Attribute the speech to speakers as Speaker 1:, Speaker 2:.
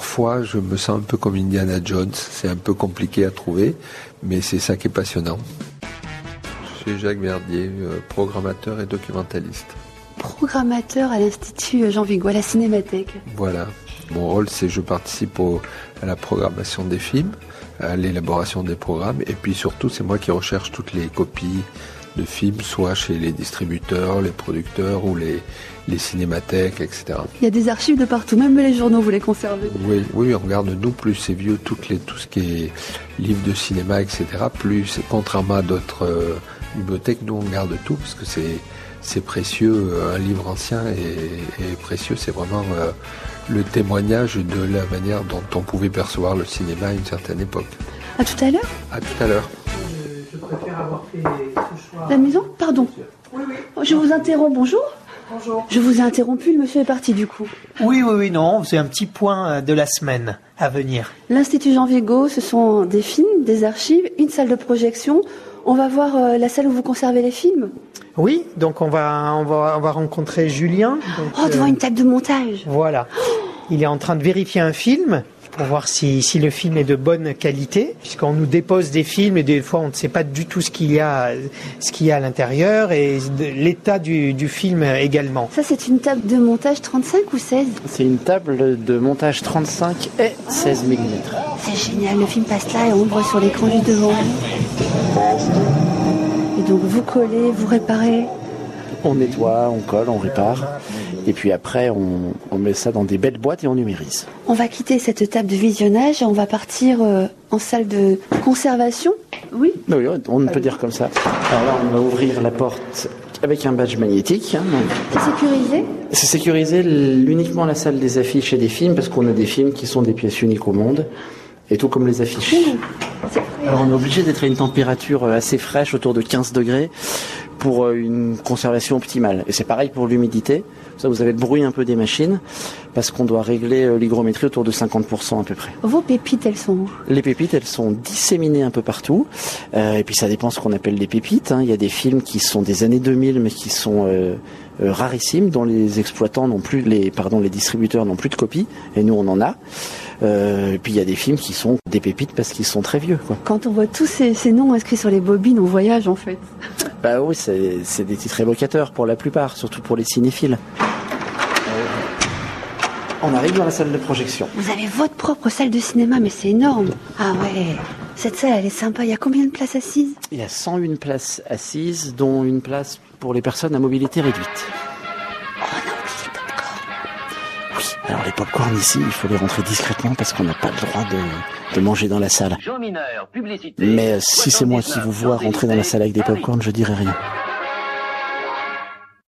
Speaker 1: fois, je me sens un peu comme Indiana Jones. C'est un peu compliqué à trouver, mais c'est ça qui est passionnant. Je suis Jacques Verdier, euh, programmateur et documentaliste.
Speaker 2: Programmateur à l'Institut Jean Vigo, à la Cinémathèque.
Speaker 1: Voilà. Mon rôle, c'est je participe au- à la programmation des films, à l'élaboration des programmes, et puis surtout, c'est moi qui recherche toutes les copies de films, soit chez les distributeurs, les producteurs ou les, les cinémathèques, etc.
Speaker 2: Il y a des archives de partout, même les journaux, vous les conservez.
Speaker 1: Oui, oui, on regarde nous plus c'est vieux, toutes les, tout ce qui est livres de cinéma, etc. Plus, contrairement à d'autres euh, bibliothèques, nous on garde tout parce que c'est c'est précieux. euh, Un livre ancien est, est précieux. C'est vraiment euh, le témoignage de la manière dont on pouvait percevoir le cinéma à une certaine époque.
Speaker 2: À tout à l'heure,
Speaker 1: À tout à l'heure.
Speaker 3: Je préfère avoir fait ce choix.
Speaker 2: la maison Pardon.
Speaker 3: Oui, oui.
Speaker 2: Je vous interromps, bonjour.
Speaker 3: Bonjour.
Speaker 2: Je vous ai interrompu, le monsieur est parti du coup.
Speaker 3: Oui, oui, oui, non, c'est un petit point euh, de la semaine à venir.
Speaker 2: L'Institut Jean Vigo, ce sont des films, des archives, une salle de projection. On va voir euh, la salle où vous conservez les films.
Speaker 3: Oui, donc on va, on va, on va rencontrer Julien. donc,
Speaker 2: Oh, devant
Speaker 3: euh,
Speaker 2: une table de montage.
Speaker 3: Voilà. Il est en train de vérifier un film pour voir si, si le film est de bonne qualité, puisqu'on nous dépose des films et des fois on ne sait pas du tout ce qu'il y a, ce qu'il y a à l'intérieur et de- l'état du, du film également.
Speaker 2: Ça, c'est une table de montage 35 ou 16
Speaker 4: C'est une table de montage 35 et 16 mm.
Speaker 2: C'est génial, le film passe là et on le voit sur l'écran juste devant. Et donc, vous collez, vous réparez.
Speaker 4: On nettoie, on colle, on répare. Et puis après, on, on met ça dans des belles boîtes et on numérise.
Speaker 2: On va quitter cette table de visionnage et on va partir euh, en salle de conservation. Oui,
Speaker 4: Oui, on ne peut dire comme ça. Alors là, on va ouvrir la porte avec un badge magnétique. hein, donc.
Speaker 2: c'est sécurisé.
Speaker 4: C'est sécurisé l- uniquement la salle des affiches et des films parce qu'on a des films qui sont des pièces uniques au monde. Et tout comme les affiches. Alors on est obligé d'être à une température euh, assez fraîche, autour de 15 degrés, pour euh, une conservation optimale. Et c'est pareil pour l'humidité. Ça, vous avez le bruit un peu des machines, parce qu'on doit régler euh, l'hygrométrie autour de 50% à peu près.
Speaker 2: Vos pépites, elles sont où
Speaker 4: Les pépites, elles sont disséminées un peu partout. Euh, et puis ça dépend ce qu'on appelle des pépites. hein. Il y a des films qui sont des années 2000, mais qui sont euh, euh, rarissimes, dont les exploitants n'ont plus, les pardon, les distributeurs n'ont plus de copies. Et nous, on en a. Euh, et puis il y a des films qui sont des pépites parce qu'ils sont très vieux. Quoi.
Speaker 2: Quand on voit tous ces, ces noms inscrits sur les bobines, on voyage en fait.
Speaker 4: Bah oui, c'est c'est des titres évocateurs pour la plupart, surtout pour les cinéphiles. On arrive dans la salle de projection.
Speaker 2: Vous avez votre propre salle de cinéma, mais c'est énorme. Ah ouais, cette salle, elle est sympa. Il y a combien de places assises
Speaker 4: Il y a 101 places assises, dont une place pour les personnes à mobilité réduite.
Speaker 2: Oh, on a oublié le popcorn.
Speaker 4: Oui, alors les popcorn ici, il faut les rentrer discrètement parce qu'on n'a pas le droit de, de manger dans la salle.
Speaker 5: Jean Mineur, publicité.
Speaker 4: Mais euh, si c'est moi qui vous vois rentrer dans la salle avec des popcorn, je dirai rien.